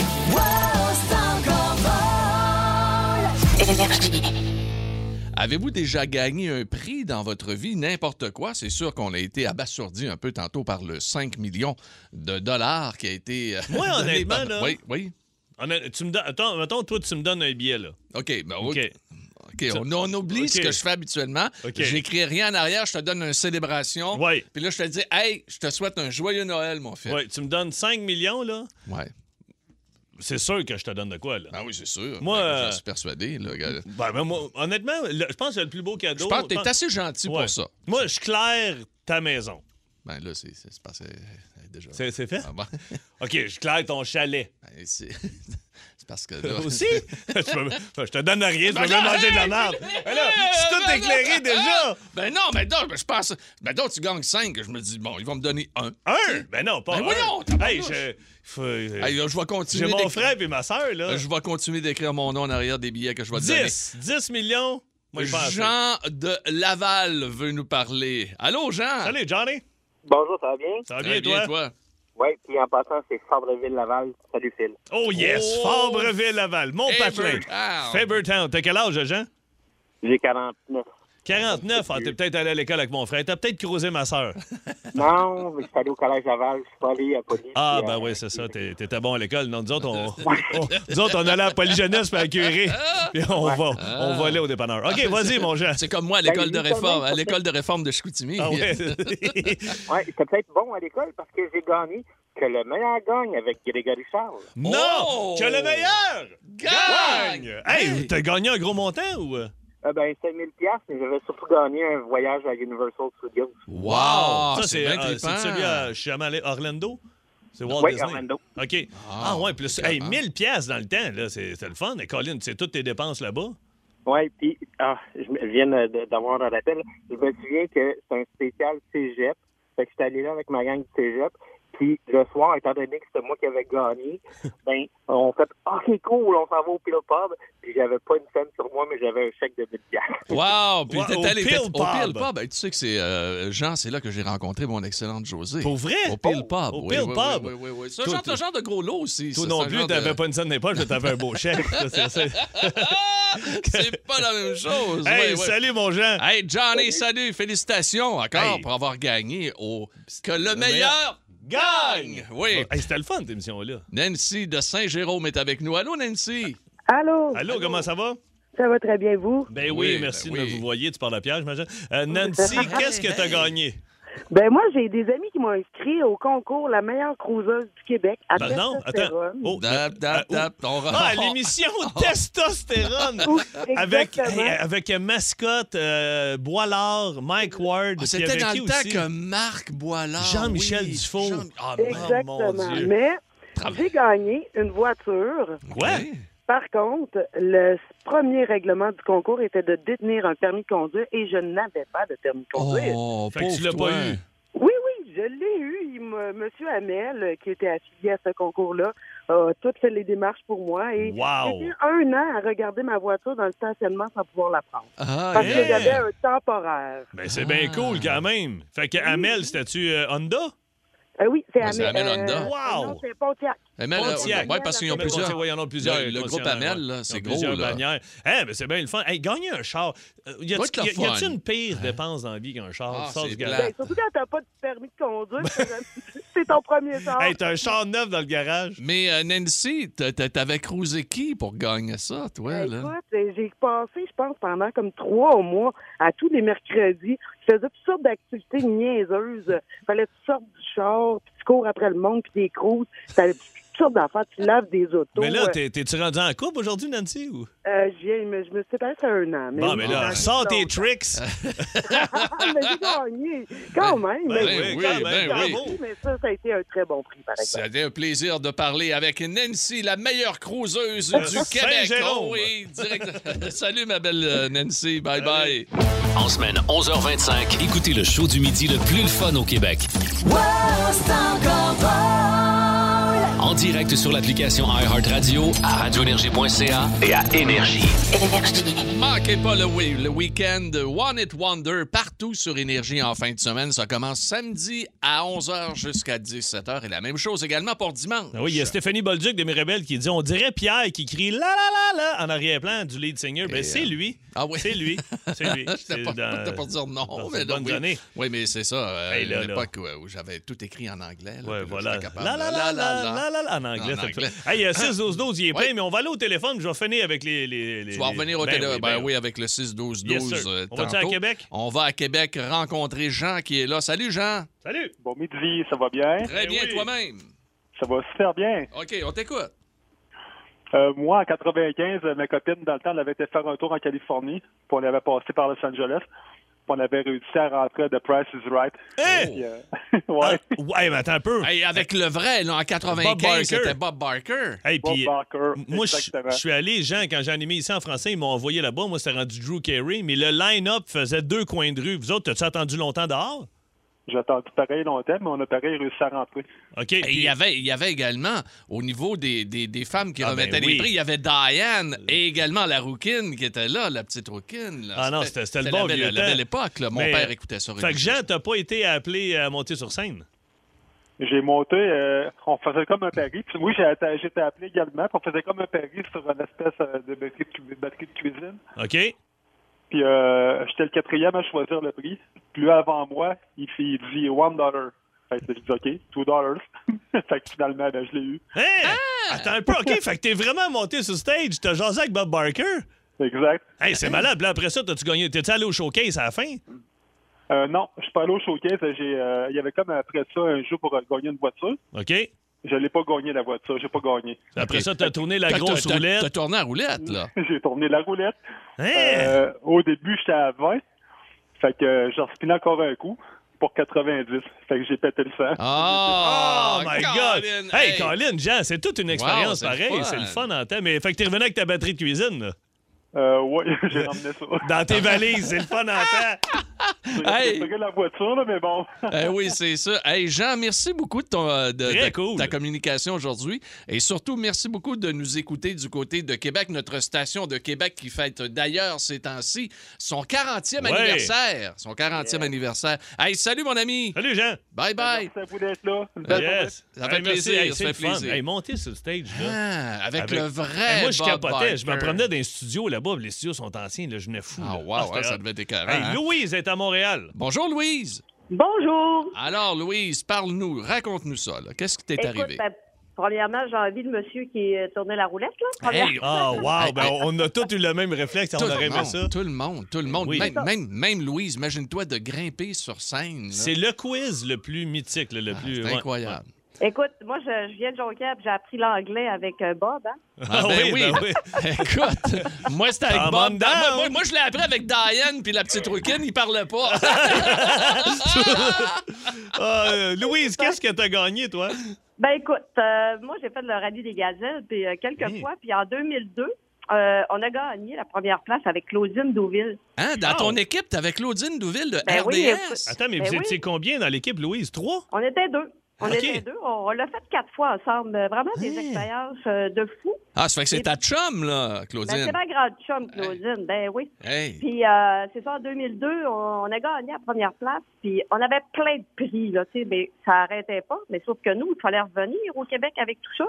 Avez-vous déjà gagné un prix dans votre vie, n'importe quoi? C'est sûr qu'on a été abasourdi un peu tantôt par le 5 millions de dollars qui a été. euh,
Moi,
donné
honnêtement,
par-
là-
Oui, oui.
Honnête- tu me donnes- Attends, mettons, toi, tu me donnes un billet, là.
OK, ben,
OK.
OK, on, on oublie ce
OK.
que je fais habituellement.
OK.
J'écris rien en arrière, je te donne une célébration.
Ouais.
Puis là, je te dis, hey, je te souhaite un joyeux Noël, mon fils.
Ouais, tu me donnes 5 millions, là.
Ouais.
C'est sûr que je te donne de quoi, là.
Ah oui, c'est sûr.
Moi,
Ben,
euh,
J'en suis persuadé. là, gars.
Ben, ben, moi, honnêtement, le- je pense que c'est le plus beau cadeau.
Je pense que t'es
pense-
assez gentil
Oh, Ouais.
pour ça.
Moi, je claire ta maison.
Ben là, c'est c'est- c'est parce que- euh, déjà.
C'est c'est fait?
Ah bon?
OK, je claire ton chalet.
Ben, c'est c'est parce que là.
Aussi? Tu peux- je te donne rien, tu peux même manger de la merde. Mais Ben
Euh,
là, c'est tout éclairé déjà.
Ben non, mais donc, je pense. Ben donc, tu gagnes 5. Je me dis, bon, ils vont me donner un.
Un? Ben non, pas
Ben
un.
voyons,
Hey,
tabarnouche.
je... faut- euh,
Hey, là, je vais
J'ai
continuer.
mon
d'écrire-
frère et ma soeur, là.
Euh, Je vais continuer d'écrire mon nom en arrière des billets que je vais te donner.
10. 10 millions. Moi, je pense.
Jean de Laval veut nous parler. Allô, Jean?
Salut, Johnny.
Bonjour, ça va bien?
Ça va
Très
bien, toi?
Oui, puis en passant, c'est Fabreville-Laval. Salut, Phil.
Oh yes,
Oh.
Fabreville-Laval, mon patron.
Fabertown.
Fabertown. T'as quel âge, Jean?
J'ai 49.
49. Ah, t'es peut-être allé à l'école avec mon frère. T'as peut-être croisé ma soeur.
Non, mais je suis allé au collège Laval. Je suis pas allé à Poly.
Ah,
puis,
ben
euh,
oui, c'est ça. T'es- T'étais bon à l'école. Non, nous autres, on, on- nous autres, on allait à Polyjeunesse puis à Curie.
Ah.
Puis on va, on va aller au dépanneur. OK, vas-y, mon Jean.
C'est comme moi à l'école de
Ben, justement,
réforme, à
parce que-
l'école de réforme de Chicoutimi.
Ah ouais.
Ouais, c'était peut-être bon à l'école parce que j'ai gagné que le meilleur gagne avec Grégory Charles.
non!
Oh!
Que le meilleur!
Gagne!
Hey, t'as gagné un gros montant ou...
Euh, ben, 5000 piastres, mais j'avais surtout gagné un voyage à Universal Studios.
Wow!
Ça, c'est
Ah, bien
euh,
trippant.
c'est celui à... Je suis jamais allé Orlando. C'est Walt
Oui,
Disney.
Orlando.
OK. Ah, ouais, plus...
ok,
Hey,
ah.
1000 pièces dans le temps, là, c'est c'est le fun. Et Colin, c'est toutes tes dépenses là-bas?
Oui, puis ah, je me- je viens de- de- d'avoir un rappel. Je me souviens que c'est un spécial cégep. Fait que j'étais allé là avec ma gang du cégep. Puis le soir, étant donné que c'était moi qui avais gagné, ben, on fait Ah, c'est cool, on s'en va au Pilopub. Puis j'avais pas une scène sur moi, mais j'avais un chèque de 1000 piastres.
Wow! Puis
Ouais,
t'es
au
allé
Peel
t'es- au
Pub.
Peel Pub. Hey, tu sais que c'est euh, Jean, c'est là que j'ai rencontré mon excellente José.
Pour vrai? Oh,
Au Peel Pub.
Au
oui,
Peel
oui,
Pub.
Oui, oui, oui. Ce
Toi,
genre,
toi-
ce genre de gros lot aussi.
Toi
ça,
non
ce
plus,
genre de-
t'avais pas une scène des poches, mais t'avais un beau chèque. Ça, c'est- c'est-
Ah! C'est pas la même chose.
Hey,
Ouais, ouais.
salut, mon Jean!
Hey, Johnny, salut. Félicitations encore
Hey.
pour avoir gagné au Que le, meilleur
meilleur
gagne. Oui.
Hey, c'était le fun, cette émission-là.
Nancy de Saint-Jérôme est avec nous. Allô, Nancy?
Ah,
Allô?
Allô, comment ça va?
Ça va très bien, vous?
Ben
Oui,
oui,
ben
merci
oui.
de me vous voyez. Tu parles à Pierre, j'imagine. Euh, Nancy, qu'est-ce que
Ah,
t'as gagné?
Ben, moi, j'ai des amis qui m'ont inscrit au concours La meilleure cruiseuse du Québec à
Pardon? Ben Attends.
Testostérone.
Oh,
Dap, dap,
euh,
dap. On
Ah, à
on-
l'émission Testostérone!
Oui,
Avec,
exactement.
hey, avec euh, mascotte, euh, Boilard, Mike Ward.
Ah,
puis
C'était
avec
dans
qui
le temps
aussi?
que Marc Boilard.
Jean-Michel
oui,
Dufault.
Jean- Ah, mon-
Oh, mon
Exactement.
Dieu.
Mais
Travail.
j'ai gagné une voiture.
Quoi?
Oui.
Par contre, le premier règlement du concours était de détenir un permis de conduire et je n'avais pas de permis de conduire.
Oh,
Fait que tu
pauvre
l'as
toi.
pas eu.
Oui, oui, je l'ai eu. Il me- Monsieur Hamel, euh, qui était affilié à ce concours-là, a toutes fait les démarches pour moi. Et
Wow!
j'ai eu un an à regarder ma voiture dans le stationnement sans pouvoir la prendre.
Ah,
Parce que
yeah.
j'avais un temporaire.
Ben, c'est bien cool quand même. Fait que Amel, c'était-tu euh, Honda?
Euh, oui, c'est
Ouais, c'est
Hamel.
Hamel Honda.
Wow!
Non, c'est Pontiac.
Amel, euh,
Pontiac.
ouais, parce qu'il y en a
Amel,
plusieurs.
Pontiac, ouais, il y en a plusieurs.
Le- le
Pontiac,
groupe
ouais.
Amel, là,
Ils ont
c'est gros,
plusieurs
là.
bannières. Eh, ben, c'est bien le fun. Hey, gagner un char. euh, y
Doit être
a-tu-
le
y a- y a-tu
fun.
une pire dépense dans la vie qu'un char?
Ah,
Tu sors
c'est
du garage.
plate.
Ben, surtout quand t'as pas de permis de conduire, c'est ton premier sort.
Hey, t'as un char neuf dans le garage.
Mais euh, Nancy, t'a- t'a- t'avais cruisé qui pour gagner ça, toi?
Ben,
Là?
écoute, euh, j'ai passé, je pense, pendant comme trois mois, à tous les mercredis. Je faisais toutes sortes d'activités niaiseuses. Fallait que tu sortes du char, puis tu cours après le monde, puis des cruises. T'avais toutes sortes d'affaires. Tu laves des autos.
Mais là, t'es- t'es-tu rendu en couple aujourd'hui, Nancy? Ou?
Euh, je viens- mais je me suis séparée ça un an. Mais
Bon, ben. mais là,
Ah,
sors tes
donc.
tricks.
Euh,
mais j'ai gagné, quand même.
Ben
mais-
oui,
quand même,
ben
j'ai
oui.
gagné, Mais ça, ça a été un très bon prix, par exemple.
C'était un plaisir de parler avec Nancy, la meilleure cruiseuse du Québec.
Euh, Saint-Jérôme.
Oh oui, direct. Salut, ma belle euh, Nancy. Bye bye.
En semaine, 11h25, écoutez le show du midi le plus le fun au Québec. En direct sur l'application iHeartRadio, à radioénergie.ca et à Énergie.
Manquez pas le, wi- le week-end One It Wonder partout sur Énergie en fin de semaine. Ça commence samedi à 11h jusqu'à 17h. Et la même chose également pour dimanche.
Ah Oui, il y a Stéphanie Bolduc de Mirabel qui dit on dirait Pierre qui crie la la la la en arrière-plan du lead singer. Ben,
Et,
c'est
euh,
lui.
Ah oui.
C'est lui. C'est lui.
J'étais
C'est
pas,
dans-
j'étais pour dire non.
dans
mais
une
là,
bonne
oui.
année.
Oui, mais c'est ça. euh,
Hey, là, là.
L'époque où, où j'avais tout écrit en anglais. là, puis
Ouais,
là,
voilà.
j'étais capable
La la
de-
la la la la la en anglais.
En
ça
anglais.
fait- Hey, euh, il y a 6 12 12 il est
Ouais.
plein, mais on va aller au téléphone, je vais finir avec les les, les
Tu vas
les-
revenir au
Ben
télé.
oui,
ben,
ben
oui, avec le 6-12-12.
Yes, sir.
euh,
On va-tu à
tantôt.
Québec?
On va à Québec rencontrer Jean qui est là. Salut, Jean.
Salut.
Bon midi, ça va bien?
Très
Eh
bien,
oui.
toi-même.
Ça va super bien.
OK, on t'écoute.
Euh, moi, en 95, euh, ma copine, dans le temps, elle avait été faire un tour en Californie. Puis on avait passé par Los Angeles. Puis on avait réussi à rentrer à The Price is Right.
Hey!
Puis, euh,
Ah,
ouais.
ouais, mais attends un peu.
Oh, Hey, avec le vrai, là, en 95,
Barker.
c'était Bob Barker.
Hey,
Bob
puis-
Barker,
M- Moi, je
exactement.
je suis allé, Jean, quand j'ai animé ici en français, ils m'ont envoyé là-bas. Moi, c'était rendu Drew Carey, mais le line-up faisait deux coins de rue. Vous autres, t'as-tu attendu longtemps dehors?
J'ai attendu pareil longtemps, mais on a pareil réussi à rentrer.
OK.
Et
puis-
il y avait, il y avait également, au niveau des, des, des femmes qui
Ah, ben
remettaient les
oui.
prix, il y avait Diane et également la rouquine qui était là, la petite rouquine. là.
Ah non, c'était- c'était le bon
la belle,
vieux
la belle
temps.
époque. là. Mon
Mais-
père écoutait ça.
Fait que
religieusement.
Jean, t'as pas été appelé à monter sur scène.
J'ai monté, euh, on faisait comme un pari. Puis oui, j'ai atta- j'étais appelé également. Puis on faisait comme un pari sur une espèce euh, de batterie de, cu- batterie de cuisine.
OK? Hein?
Puis euh, j'étais le quatrième à choisir le prix. Puis lui, avant moi, il, fait- il dit one dollar. Fait que je dis OK, two dollars. fait que finalement, ben, je l'ai eu.
Hey!
Ah!
Attends un peu. OK, fait que t'es vraiment monté sur stage. T'as jasé avec Bob Barker.
Exact.
Hey,
Hein?
c'est malade. Puis là, après ça, t'as-tu gagné? T'es-tu allé au showcase à la fin?
Euh, non, je suis pas allé au showcase. J'ai, euh, il y avait comme après ça un jeu pour euh, gagner une voiture.
OK?
Je l'ai pas gagné la voiture, j'ai pas gagné.
Après
OK.
ça, t'as tourné la
T'as-
grosse
t'as- t'as- T'as
roulette.
tourné à roulette, là.
j'ai tourné la roulette.
Eh!
Hein?
Euh, au début, j'étais à 20. Fait que euh, j'en spinais encore un coup pour 90. Fait que j'ai pété le sang.
Ah,
Oh my God!
Colin,
Hey, Colin, Jean, c'est toute une expérience
c'est le
pareille.
fun.
C'est le fun en temps. Mais fait que t'es revenu avec ta batterie de cuisine, là.
Euh, ouais, j'ai ramené ça.
Dans
Ah.
tes valises, c'est le fun en temps.
J'ai
Hey.
récupéré la voiture, là, mais bon.
Eh oui, c'est ça. Hey, Jean, merci beaucoup de, ton, euh, de-
Très
de-
cool.
ta communication aujourd'hui. Et surtout, merci beaucoup de nous écouter du côté de Québec, notre station de Québec qui fête d'ailleurs ces temps-ci son 40e
Ouais.
anniversaire. Son 40e anniversaire. Hey, salut, mon ami.
Salut, Jean.
Bye bye.
Merci à vous d'être là. Une belle
Yes.
Ben, Ça fait
Hey, merci.
plaisir,
Hey,
ça
c'est
fait
le fun.
plaisir.
Hey, monter sur le stage, là.
Ah, avec,
Avec-
le vrai.
Hey, moi, je
Bob
capotais. Je me
Barker.
promenais dans un studio là-bas. Les studios sont anciens. Là, je venais fou.
Ah,
là.
wow,
c'était
hein, ça
hot.
devait être écœurant,
Hey,
hein.
Louise est à Montréal.
Bonjour, Louise.
Bonjour.
Alors, Louise, parle-nous, raconte-nous ça. là. Qu'est-ce qui t'est
Écoute,
arrivé?
ben, premièrement, j'ai envie de monsieur qui euh, tournait la roulette, là. première-
Hey,
Ah, wow. ben,
hey.
on a tous eu le même réflexe.
Tout
on aurait
le,
aimé
monde,
ça.
tout le monde, tout le monde,
Oui.
même, même, même Louise, imagine-toi de grimper sur scène. là.
C'est le quiz le plus mythique, là, le
Ah,
plus.
c'est
ouais.
incroyable.
Écoute, moi, je, je viens de Jonquière, puis j'ai appris l'anglais avec euh, Bob, hein.
Ah, ben oui. Écoute, moi c'était avec
Come
Bob.
on
Dan- Moi,
down.
moi, moi, je l'ai appris avec Diane puis la petite rouquine, il parlait pas.
Ah, euh, Louise, qu'est-ce que t'as gagné, toi?
Ben écoute, euh, moi, j'ai fait le rallye des gazelles, puis euh, quelques
Hey.
fois, puis en 2002, euh, on a gagné la première place avec Claudine Deauville.
Hein, dans ton équipe, t'avais Claudine Douville de
Ben
RDS.
oui, écoute.
Attends, mais
Ben
vous
oui.
étiez combien dans l'équipe, Louise? Trois?
On était deux. On
Ok.
était deux. On, on l'a fait quatre fois ensemble. Vraiment des expériences euh, de fou.
Ah, ça fait que c'est ta chum, là, Claudine.
Ben, c'est ma grande chum, Claudine. Ben oui.
Hey.
Puis euh, c'est ça, en 2002, on, on a gagné la première place. Puis on avait plein de prix, là, tu sais, mais ça arrêtait pas. Mais sauf que nous, il fallait revenir au Québec avec tout ça.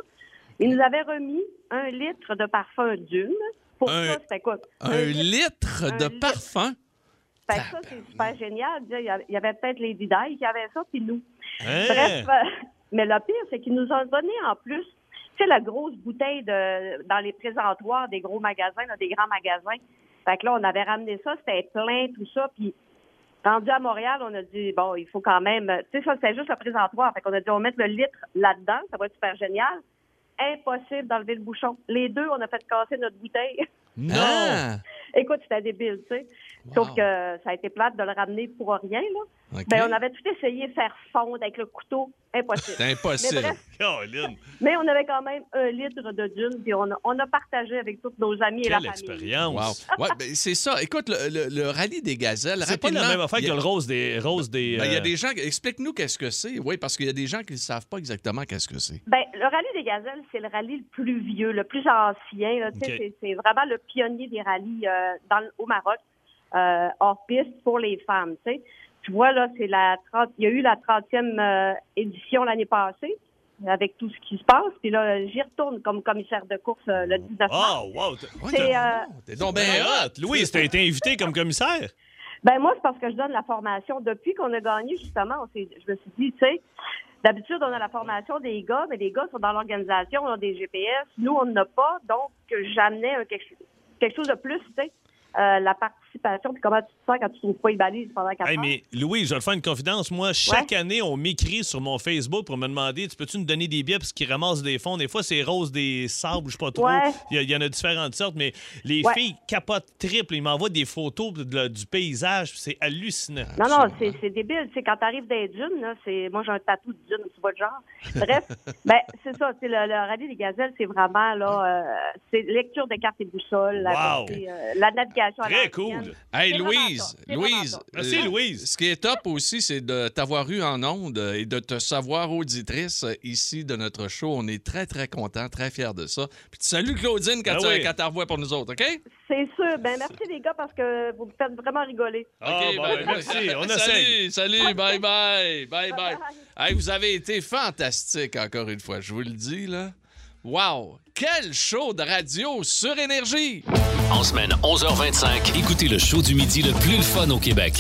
Ils nous avaient remis un litre de parfum d'une. Pour
Un-
ça, c'était quoi?
Un litre
Un
de
litre.
parfum.
Fait que ça, c'est super génial. Il y a- il y avait peut-être Lady Di qui avait ça, puis nous.
Hein?
Bref, euh, mais le pire, c'est qu'ils nous ont donné en plus, tu sais, la grosse bouteille de, dans les présentoirs des gros magasins, là, des grands magasins. Fait que là, on avait ramené ça, c'était plein, tout ça, puis rendu à Montréal, on a dit, bon, il faut quand même, tu sais, ça, c'était juste le présentoir. Fait qu'on a dit, on va mettre le litre là-dedans, ça va être super génial. Impossible d'enlever le bouchon. Les deux, on a fait casser notre bouteille.
Non!
Écoute, c'était débile, tu sais. Sauf que ça a été plate de le ramener pour rien, là.
OK.
Ben, on avait tout essayé de faire fondre avec le couteau. Impossible.
C'est impossible.
Mais, bref, mais on avait quand même un litre de dune, puis on a, on a partagé avec tous nos amis et la
Quelle
famille.
expérience! Wow. Ouais, ben, c'est ça. Écoute, le, le- le rallye des gazelles,
C'est pas la
rapidement,
même affaire
il y
que
a-
le rose des. Rose des
Ben, il y a
euh,
des gens. Explique-nous qu'est-ce que c'est. Oui, parce qu'il y a des gens qui ne savent pas exactement qu'est-ce que c'est.
Ben, le rallye des gazelles, c'est le rallye le plus vieux, le plus ancien. là. Tu sais,
OK.
c'est- C'est vraiment le pionnier des rallyes euh, dans, le- au Maroc, euh, hors piste pour les femmes. tu sais. Tu vois, là, c'est la 30, il y a eu la 30e euh, édition l'année passée, avec tout ce qui se passe. Puis là, j'y retourne comme commissaire de course euh, le 19 mars.
Oh, wow! t'es-
C'est,
t'es-
euh,
T'es donc bien hot! Louise, t'as été invité comme commissaire?
Ben moi, c'est parce que je donne la formation. Depuis qu'on a gagné, justement, on s'est- je me suis dit, tu sais, d'habitude, on a la formation des gars, mais les gars sont dans l'organisation, on a des GPS. Nous, on n'en a pas. Donc, j'amenais un quelque, quelque chose de plus, tu sais, euh, la participation. Puis comment tu te sens quand tu trouves pas une balise pendant quatre
Hey,
ans?
mais Louis, je vais te faire une confidence. Moi, chaque année, on m'écrit sur mon Facebook pour me demander Tu peux-tu nous donner des billets parce qu'ils ramassent des fonds. Des fois, c'est rose, des sables, je sais pas trop.
Ouais.
Il y a- il y, en a différentes sortes, mais les
Ouais.
filles capotent triple. Ils m'envoient des photos de- de- du paysage. puis C'est hallucinant.
Non, non, c'est c'est débile. Tu sais, quand t'arrives des dunes, là, c'est moi j'ai un tatou de dune, tu vois le genre. Bref, ben c'est ça. C'est le, le rallye des gazelles, c'est vraiment là, euh, c'est lecture de cartes et boussoles, la,
Wow.
c'est, euh, la navigation. à
Très
l'ancienne.
cool. Hey,
C'est vraiment
Louise,
ça. C'est vraiment
Louise.
ça.
Merci,
Louise. Ce qui est top aussi, c'est de t'avoir eu en onde et de te savoir auditrice euh, ici de notre show. On est très, très contents, très fiers de ça. Puis tu salues Claudine quand
Ben
tu
oui.
quand t'en revois pour nous autres, OK?
C'est sûr. Ben, merci les gars parce que vous me faites vraiment rigoler.
OK,
bon,
bye.
ben, merci. On essaye.
salut, salut, bye bye, bye bye. Hey, vous avez été fantastique encore une fois, je vous le dis là. Wow, quel show de radio sur énergie.
En semaine 11h25, écoutez le show du midi le plus le fun au Québec.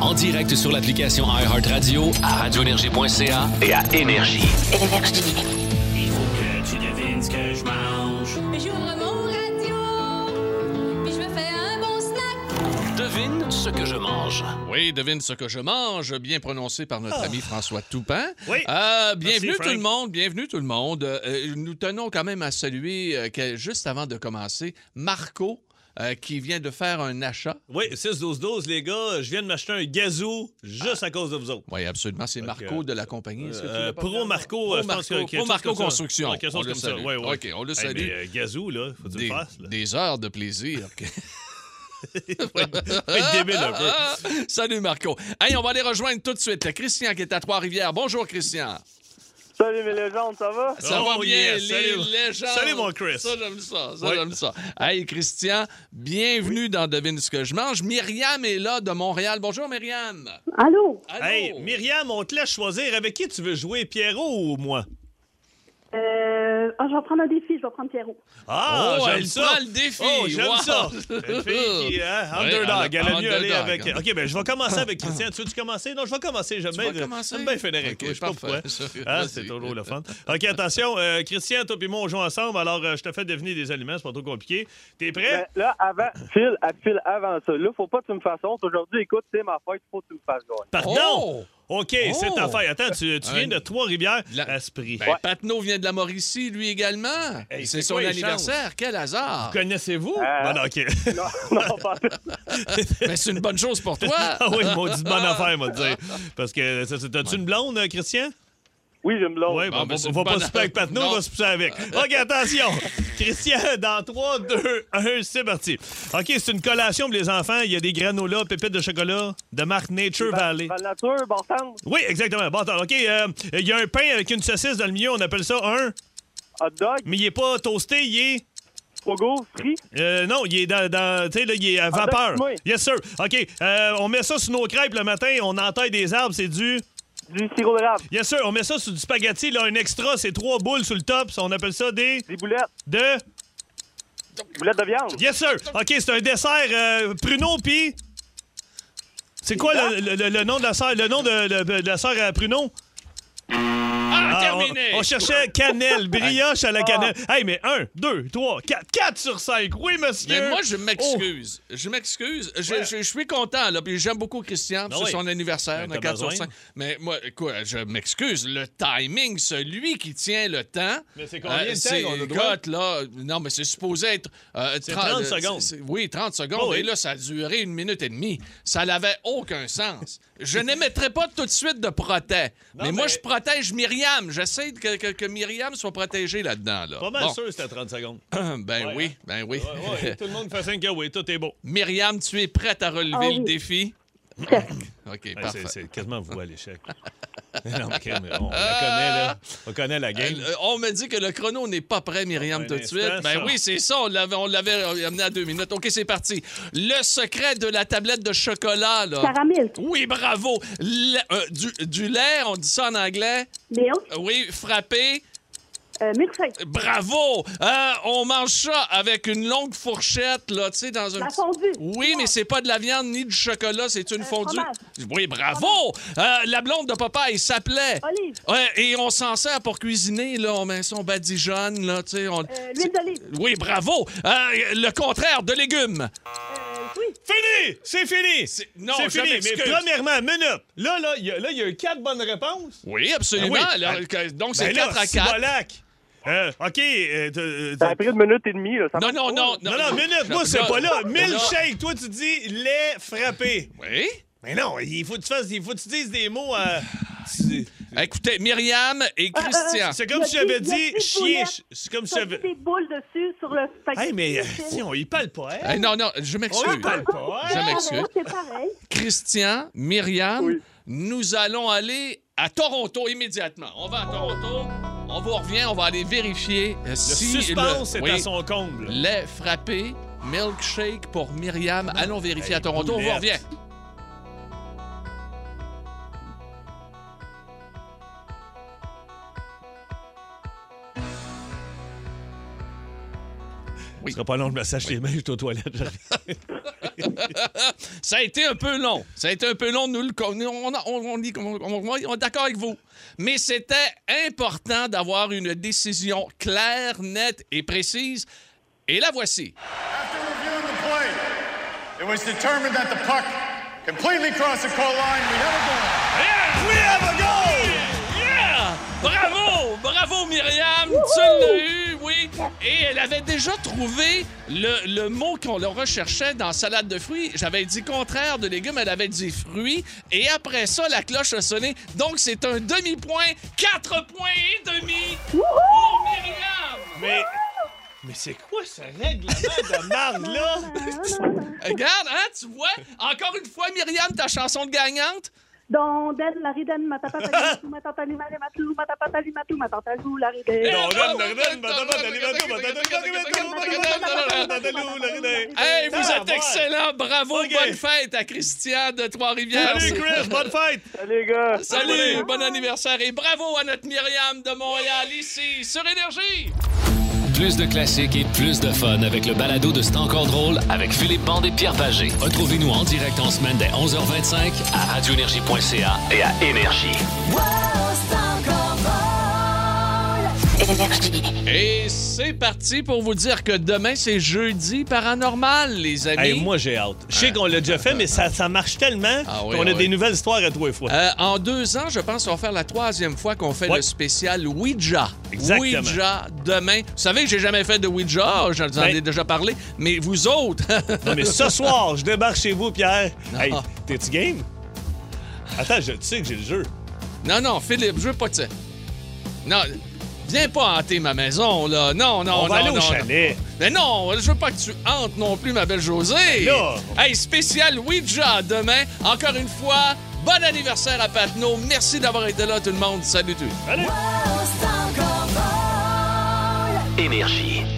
En direct sur l'application iHeartRadio, à radioénergie.ca et à Énergie.
Il faut que tu devines ce que je mange.
Mais j'ouvre mon radio, puis je me fais un bon snack.
Devine ce que je mange.
Oui, devine ce que je mange, bien prononcé par notre
Ah.
ami François Toupin.
Oui.
Euh, bienvenue
Merci,
tout le
Frank.
monde, bienvenue tout le monde. Euh, nous tenons quand même à saluer, euh, que- juste avant de commencer, Marco euh, qui vient de faire un achat.
Oui, 6-12-12, les gars, je viens de m'acheter un gazou juste à cause de vous autres.
Oui, absolument. C'est Marco de la compagnie. Est-ce que tu l'as pas
Euh, Pro
regardé?
Marco,
Pro
euh, je pense
Marco,
qu'il y a quelque
Pro
chose
Marco
comme ça.
Construction.
Ouais, quelque chose
On le
comme ça.
salue.
Ouais, ouais.
OK, on le
Hey,
salue.
mais, euh, gazou, là, faut que tu
des,
le fasses.
des heures de plaisir.
être débile un peu.
Ah, Salut Marco. Hey, on va les rejoindre tout de suite. Christian qui est à Trois-Rivières. Bonjour Christian.
Salut mes légendes, ça va?
Ça
Oh,
va bien, les légendes.
Salut mon Chris.
Ça, j'aime ça. Ça,
Ouais.
j'aime ça. Hey, Christian, bienvenue dans Devine ce que je mange. Myriam est là de Montréal. Bonjour, Myriam.
Allô?
Hey, Myriam, on te laisse choisir avec qui tu veux jouer, Pierrot ou moi?
Euh,
oh,
ah, je vais prendre un défi, je vais prendre Pierrot.
Ah,
Oh,
j'aime
elle
ça.
prend le défi.
Oh, j'aime
Wow.
ça. Une fille qui, hein,
Ouais, elle
underdog, elle
a-
aime mieux aller
underdog,
avec.
hein.
OK, ben je vais commencer avec Christian. Tu veux-tu commencer? Non, je vais commencer. J'aime bien,
vas commencer?
j'aime bien finir avec
Ok,
toi. Je sais pas
parfait.
pourquoi.
Sorry,
Hein,
vas-y.
c'est toujours le fun. OK, attention. euh, Christian, toi et moi, on joue ensemble. Alors, euh, je te fais deviner des aliments. C'est pas trop compliqué. T'es prêt?
Ben, là, avant, Phil, à Phil, avant ça, là, faut pas que tu me fasses honte. Aujourd'hui, écoute, c'est ma fête, faut que tu me fasses gagner.
Oh!
Pardon? OK, c'est
Oh!
ta faille. Attends, tu, tu
Un-
viens de Trois-Rivières, Esprit.
Ben, Patnaud vient de la Mauricie, lui également.
Hey,
c'est
c'est
son
quoi les
anniversaire.
chances?
Quel hasard.
Connaissez-vous?
Euh,
Bon, non, OK.
Mais Ben, c'est une bonne chose
Ah
pour toi.
ah oui, maudite bonne affaire, moi, dire. Parce que, ça, c'est- t'as-tu une blonde, euh, Christian?
Oui, je me lance.
Oui,
Bon,
on,
ben, c'est
on va
une
pas
bonne-
se plaindre Patnaud,
Non.
on va se pousser avec. OK, attention. Christian, dans 3, 2, 1, c'est parti. OK, c'est une collation pour les enfants. Il y a des granolas, pépites de chocolat de marque Nature Valley.
Nature, bon temps.
Oui, exactement. Bon, attends, OK. euh, Il y a un pain avec une saucisse dans le milieu. On appelle ça un... Hot dog. Mais il est pas toasté, il est... Pogo, frit? Euh, non, il est dans... dans- tu sais, là, il est à
Hot dog
vapeur.
fumé.
Yes, sir. OK, euh, on met ça sur nos crêpes le matin. On entaille des arbres, c'est du... Du sirop d'érable. Yes, sir. On met ça sur du spaghetti. Là, un extra, c'est trois boules sur le top. Ça, On appelle ça des... Des boulettes. De... Boulettes de viande. Yes, sir. OK, c'est un dessert euh, pruneau, puis... C'est quoi le, le- le- le nom de la sœur, le nom de, de- de la sœur à Pruneau? Ah,
terminé.
On, on cherchait cannelle, brioche à la cannelle. Hey, mais 1, 2, 3, 4, 4 sur 5. Oui, monsieur.
Mais moi, je m'excuse. Je m'excuse. Je,
oh. Ouais.
je- je suis content, là. Puis j'aime beaucoup Christian.
Ben
c'est
oui.
son anniversaire,
Ben,
le
t'as
4 sur
besoin.
5. Mais moi, quoi, je m'excuse. Le timing, celui qui tient le temps. euh,
Mais c'est combien de temps
c'est-
qu'on a le droit?
écoute, là, non, mais c'est supposé être. euh,
C'est
30
30 secondes.
c'est- c'est- oui, 30 secondes.
Oh oui.
Et là, ça a duré une minute et demie. Ça n'avait aucun sens. je n'émettrai pas tout de suite de protège. Mais, moi, je protège Myriam. J'essaie que, que- que Myriam soit protégée là-dedans. Là.
Pas mal
Bon.
sûr que c'était à 30 secondes.
ben
Ouais, hein?
oui, ben oui.
Ouais, tout le monde fait 5 oui, tout est beau.
Myriam, tu es prête à relever
Ah oui.
le défi? OK,
Ouais,
parfait.
c'est- C'est quasiment vous à l'échec. non, mais crème, on la connaît, là. On connaît la game.
Euh, on me dit que le chrono n'est pas prêt, Myriam,
Un
tout de
instant,
suite. Ben
ça.
oui, c'est ça, on l'avait, on l'avait euh, amené à deux minutes. OK, c'est parti. Le secret de la tablette de chocolat, là.
Caramel.
Oui, bravo. Le- euh, du, du lait, on dit ça en anglais. Euh,
Léon.
Oui, frappé.
Euh, Mircea.
Bravo! Euh, on mange ça avec une longue fourchette, là, tu sais, dans un.
La
petit-
fondue.
Oui, mais c'est pas de la viande ni du chocolat, c'est une fondue.
Euh, fromage.
Oui, bravo! Euh, la blonde de papa, il s'appelait.
Olive.
Ouais, et on s'en sert pour cuisiner, là. On met son badigeonne, là, tu sais. on-
Euh, L'huile d'olive.
Oui, bravo! Euh, le contraire de légumes.
Fini! C'est fini!
euh, non,
c'est
je
fini. Mais
m'excuse.
premièrement, minute. Là, là, il y a, là, il y a eu quatre bonnes réponses.
Ben
Ben
Oui, absolument. Alors, que- donc, c'est
là,
quatre à quatre.
Cibolac. Euh, OK. euh, t'as- euh,
Ça a pris une minute et demie. Là, ça
Non,
marche
non,
pas,
non,
Non, non, minute, moi, c'est pas là. Milkshake, toi, tu dis lait frappé.
Oui?
Mais non, il faut que tu fasses, il faut que tu dises des mots euh, à.
Écoutez, Myriam et
Euh, euh,
Christian.
C'est comme si j'avais dit chier. C'est comme si
T'as
j'avais.
mis des boules dessus sur le spaghetti.
Hey, mais euh, si on y parle pas, hein?
Eh, non, non, je m'excuse.
On y parle pas, hein?
Je m'excuse.
C'est Ah, pareil.
Christian, Myriam, nous allons aller à Toronto immédiatement. On va à Toronto, on vous revient, on va aller vérifier euh,
Le
si
suspense
le-
est
oui,
à son comble.
lait frappé, milkshake pour Myriam. Allons vérifier à Toronto, on vous revient.
boulette. Ce sera pas long, je me sèche les mains, je suis aux toilettes. je reviens.
Ça a été un peu long. Ça a été un peu long, nous le con- nous, on, a- on- on y- on- on- on est d'accord avec vous. Mais c'était important d'avoir une décision claire, nette et précise. Et la voici.
Reviewing the play, it was determined that the puck completely crossed the goal line. We have a goal.
we have a
Yeah!
goal!
Bravo! Bravo, Myriam! Tu l'as eu, oui! Et elle avait déjà trouvé le, le mot qu'on leur recherchait dans salade de fruits. J'avais dit contraire de légumes, elle avait dit fruits. Et après ça, la cloche a sonné. Donc, c'est un demi-point, quatre points et demi pour Myriam!
Mais, mais c'est quoi ce règlement de marde, là?
Regarde, hein, tu vois? Encore une fois, Myriam, ta chanson de gagnante?
Dondel, la ridane, ma tata, ta gueule, ma tata, lima, lima, tout, ma tata, lima, tout, ma tata, lou, la ridane.
Hey, vous êtes excellent! Bravo!
Ok.
Bonne fête à Christian de Trois-Rivières!
Salut, Chris, bonne fête!
Salut, gars.
Salut, bon anniversaire et bravo à notre Myriam de Montréal ici sur Énergie.
Plus de classiques et plus de fun avec le balado de C'est encore drôle avec Philippe Bande et Pierre Pagé. Retrouvez-nous en direct en semaine dès 11h25 à radioénergie.ca et à Énergie.
Et c'est parti pour vous dire que demain c'est jeudi paranormal, les amis.
Hey, moi, j'ai hâte. Je sais qu'on l'a déjà fait, mais ça, ça marche tellement
oui,
qu'on a
ah oui.
des nouvelles histoires à tous les fois.
Euh, en deux ans, je pense qu'on va faire la troisième fois qu'on fait
Ouais.
le spécial Ouija.
Exactement.
Ouija demain. Vous savez que j'ai jamais fait de Ouija, Ah, je vous en
Ben-
ai déjà parlé, mais vous autres.
Non, mais ce soir, je débarque chez vous, Pierre. Hey, t'es-tu game? Attends, je, tu sais que j'ai le jeu.
Non, non, Philippe, je veux pas de ça. Non, viens pas hanter ma maison, là. Non, non,
On
non.
va aller au
non,
chalet.
non. Mais non, je veux pas que tu hantes non plus, ma belle Josée.
là.
Hey, spécial Ouija demain. Encore une fois, bon anniversaire à Patno. Merci d'avoir été là, tout le monde. Salut, tout.
Salut.
Énergie.